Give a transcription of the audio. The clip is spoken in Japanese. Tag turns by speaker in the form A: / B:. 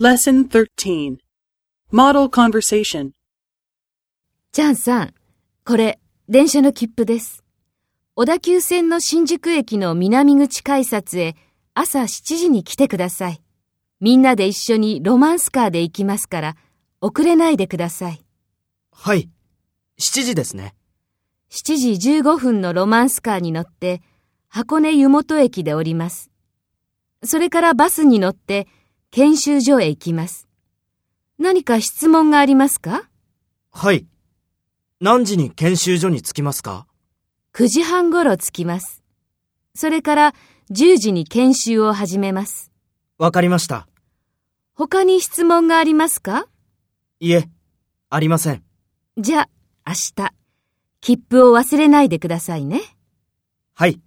A: Lesson 13 Model Conversation
B: ジャンさん、これ、電車の切符です。小田急線の新宿駅の南口改札へ朝7時に来てください。みんなで一緒にロマンスカーで行きますから、遅れないでください。
C: はい。7時ですね。
B: 7時15分のロマンスカーに乗って、箱根湯本駅で降ります。それからバスに乗って、研修所へ行きます。何か質問がありますか
C: はい。何時に研修所に着きますか
B: ?9 時半頃着きます。それから10時に研修を始めます。
C: わかりました。
B: 他に質問がありますか
C: いえ、ありません。
B: じゃあ、明日、切符を忘れないでくださいね。
C: はい。